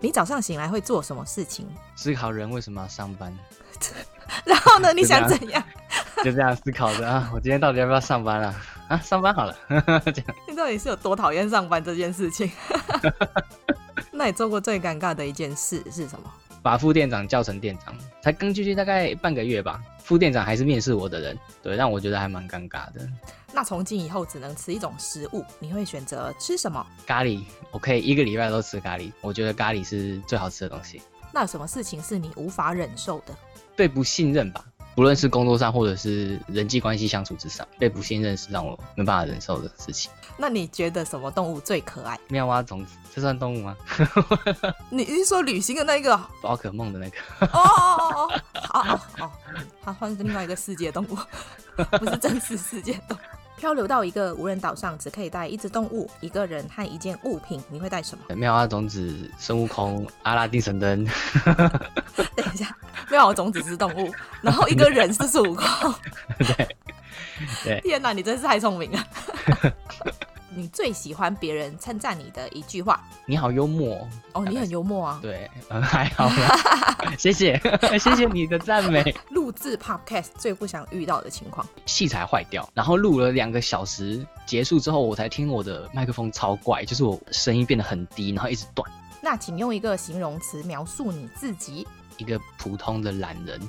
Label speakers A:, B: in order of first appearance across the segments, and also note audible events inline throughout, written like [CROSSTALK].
A: 你早上醒来会做什么事情？
B: 思考人为什么要上班， [LAUGHS]
A: 然后哦呢，你
B: 就这
A: 想
B: 样
A: 怎样？
B: 就这样思考着啊，我今天到底要不要上班啊？啊，上班好了，这样
A: 你到底是有多讨厌上班这件事情？ [LAUGHS] 那你做过最尴尬的一件事是什么？
B: 把副店长叫成店长，才刚进去大概半个月吧，副店长还是面试我的人，对，让我觉得还蛮尴尬的。
A: 那从今以后只能吃一种食物，你会选择吃什么？
B: 咖喱，我可以一个礼拜都吃咖喱，我觉得咖喱是最好吃的东西。
A: 那有什么事情是你无法忍受的？
B: 被不信任吧，不论是工作上或者是人际关系相处之上，被不信任是让我没办法忍受的事情。
A: 那你觉得什么动物最可爱？
B: 妙蛙种子，这算动物吗？
A: 你你是说旅行的那个？哦
B: 宝可梦的那个，
A: 哦哦哦哦哦哦，嗯它换是另外一个世界动物，不是真实世界动物。漂流到一个无人岛上，只可以带一只动物、一个人和一件物品，你会带什么？
B: 妙蛙种子、孙悟空、阿拉丁神灯，
A: [LAUGHS] 等一下，妙有啊种子是动物，然后一个人是孙悟
B: [LAUGHS]
A: 空。
B: 对
A: 天哪，你真是太聪明了。 [LAUGHS] 你最喜欢别人称赞你的一句话？
B: 你好幽默哦、
A: 哦，你很幽默啊。
B: 对，嗯，还好啦， [LAUGHS] 谢谢，谢谢你的赞美。
A: 录制 podcast 最不想遇到的情况，
B: 器材坏掉，然后录了两个小时，结束之后我才听我的麦克风超怪，就是我声音变得很低，然后一直断。
A: 那请用一个形容词描述你自己。
B: 一个普通的懒人，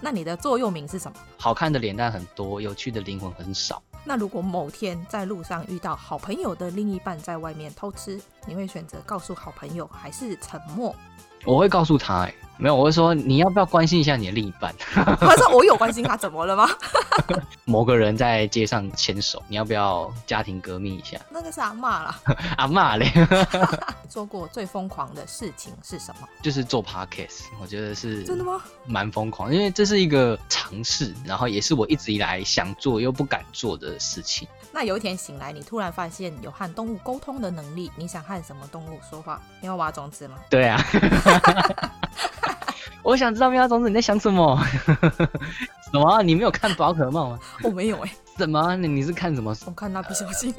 A: 那你的座右铭是什么？
B: 好看的脸蛋很多，有趣的灵魂很少。
A: 那如果某天在路上遇到好朋友的另一半在外面偷吃，你会选择告诉好朋友还是沉默？ [LAUGHS]
B: 我会告诉他、欸，没有，我会说你要不要关心一下你的另一半？ [LAUGHS]
A: 他说我有关心他，怎么了吗？ [LAUGHS]
B: 某个人在街上牵手，你要不要家庭革命一下？ [LAUGHS]
A: 那个是阿骂啦。
B: 啊骂嘞， [LAUGHS]
A: 做过最疯狂的事情是什么？
B: 就是做 podcast，我觉得是
A: 真的吗？
B: 蛮疯狂，因为这是一个尝试，然后也是我一直以来想做又不敢做的事情。
A: 那有一天醒来，你突然发现有和动物沟通的能力，你想和什么动物说话？你要挖种子吗？
B: 对 [LAUGHS] 啊，我想知道喵种子你在想什么？ [LAUGHS] 什么啊？你没有看宝可梦吗？
A: [LAUGHS] 我、没有哎、
B: 什么啊？你你是看什么？
A: 我看蜡笔小 [LAUGHS] 新，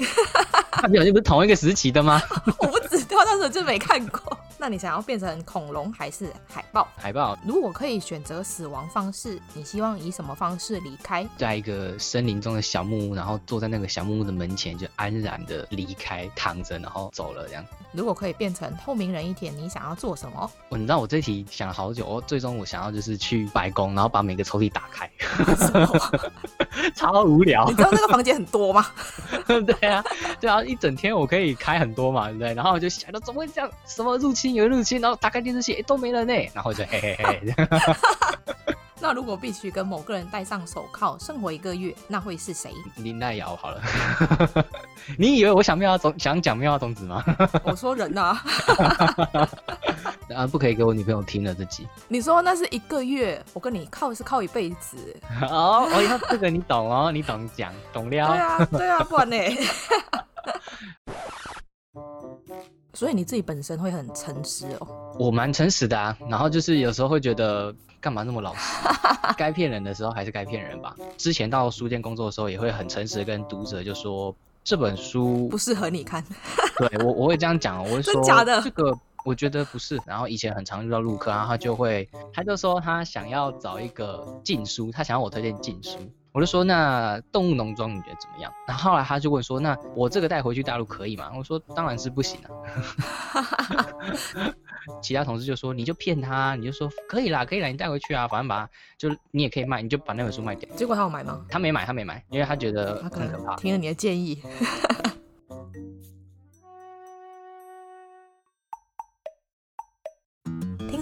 B: 蜡笔小新不是同一个时期的吗？
A: 我不知道，那时候就没看过。那你想要变成恐龙还是海豹？
B: 海报
A: 如果可以选择死亡方式，你希望以什么方式离开？
B: 在一个森林中的小木屋，然后坐在那个小木屋的门前，就安然的离开，躺着，然后走了这样。
A: 如果可以变成透明人一天，你想要做什 [LAUGHS] 么？
B: 我你知道我这题想了好久，我最终我想要就是去白宫，然后把每个抽屉打开，
A: 什 [LAUGHS] 么
B: 超无聊
A: 你。知道那个房间很多吗？ [LAUGHS]
B: [LAUGHS] 对啊，对啊，一整天我可以开很多嘛，对不对？然后我就想到怎么会这样？什么入侵有入侵，然后打开电视器，哎、都没人呢、然后我就嘿嘿嘿，
A: 那如果必须跟某个人戴上手铐生活一个月，那会是谁？
B: 林黛瑶好了。 [LAUGHS] 你以为我想妙蛙种想讲妙蛙种子吗？
A: 我说人啊，
B: 啊，不可以给我女朋友听了这集。
A: 你说那是一个月，我跟你铐是铐一辈子。
B: [LAUGHS] 哦，哦，要这个你懂哦，你懂讲懂了。
A: 对啊，对啊，不然呢？ [LAUGHS] 所以你自己本身会很诚实哦。
B: 我蛮诚实的啊，然后就是有时候会觉得干嘛那么老实，该骗人的时候还是该骗人吧。之前到书店工作的时候，也会很诚实的跟读者就说这本书
A: 不适合你看，
B: 对我我会这样讲，我会
A: 真
B: 说
A: 假的
B: 这个我觉得不是。然后以前很常遇到陆客，然啊后他就会他就说他想要找一个禁书，他想要我推荐禁书。我就说那动物农庄你觉得怎么样？然后后来他就问说那我这个带回去大陆可以吗？我说当然是不
A: [LAUGHS]
B: 行啊。其他同事就说你就骗他，啊你就说可以啦可以啦，你带回去啊，反正把它就你也可以卖，你就把那本书卖掉。
A: 结果他有买吗？
B: 他没买，他没买，因为他觉得
A: 他可
B: 很可怕
A: 能。听了你的建议。 [LAUGHS] 听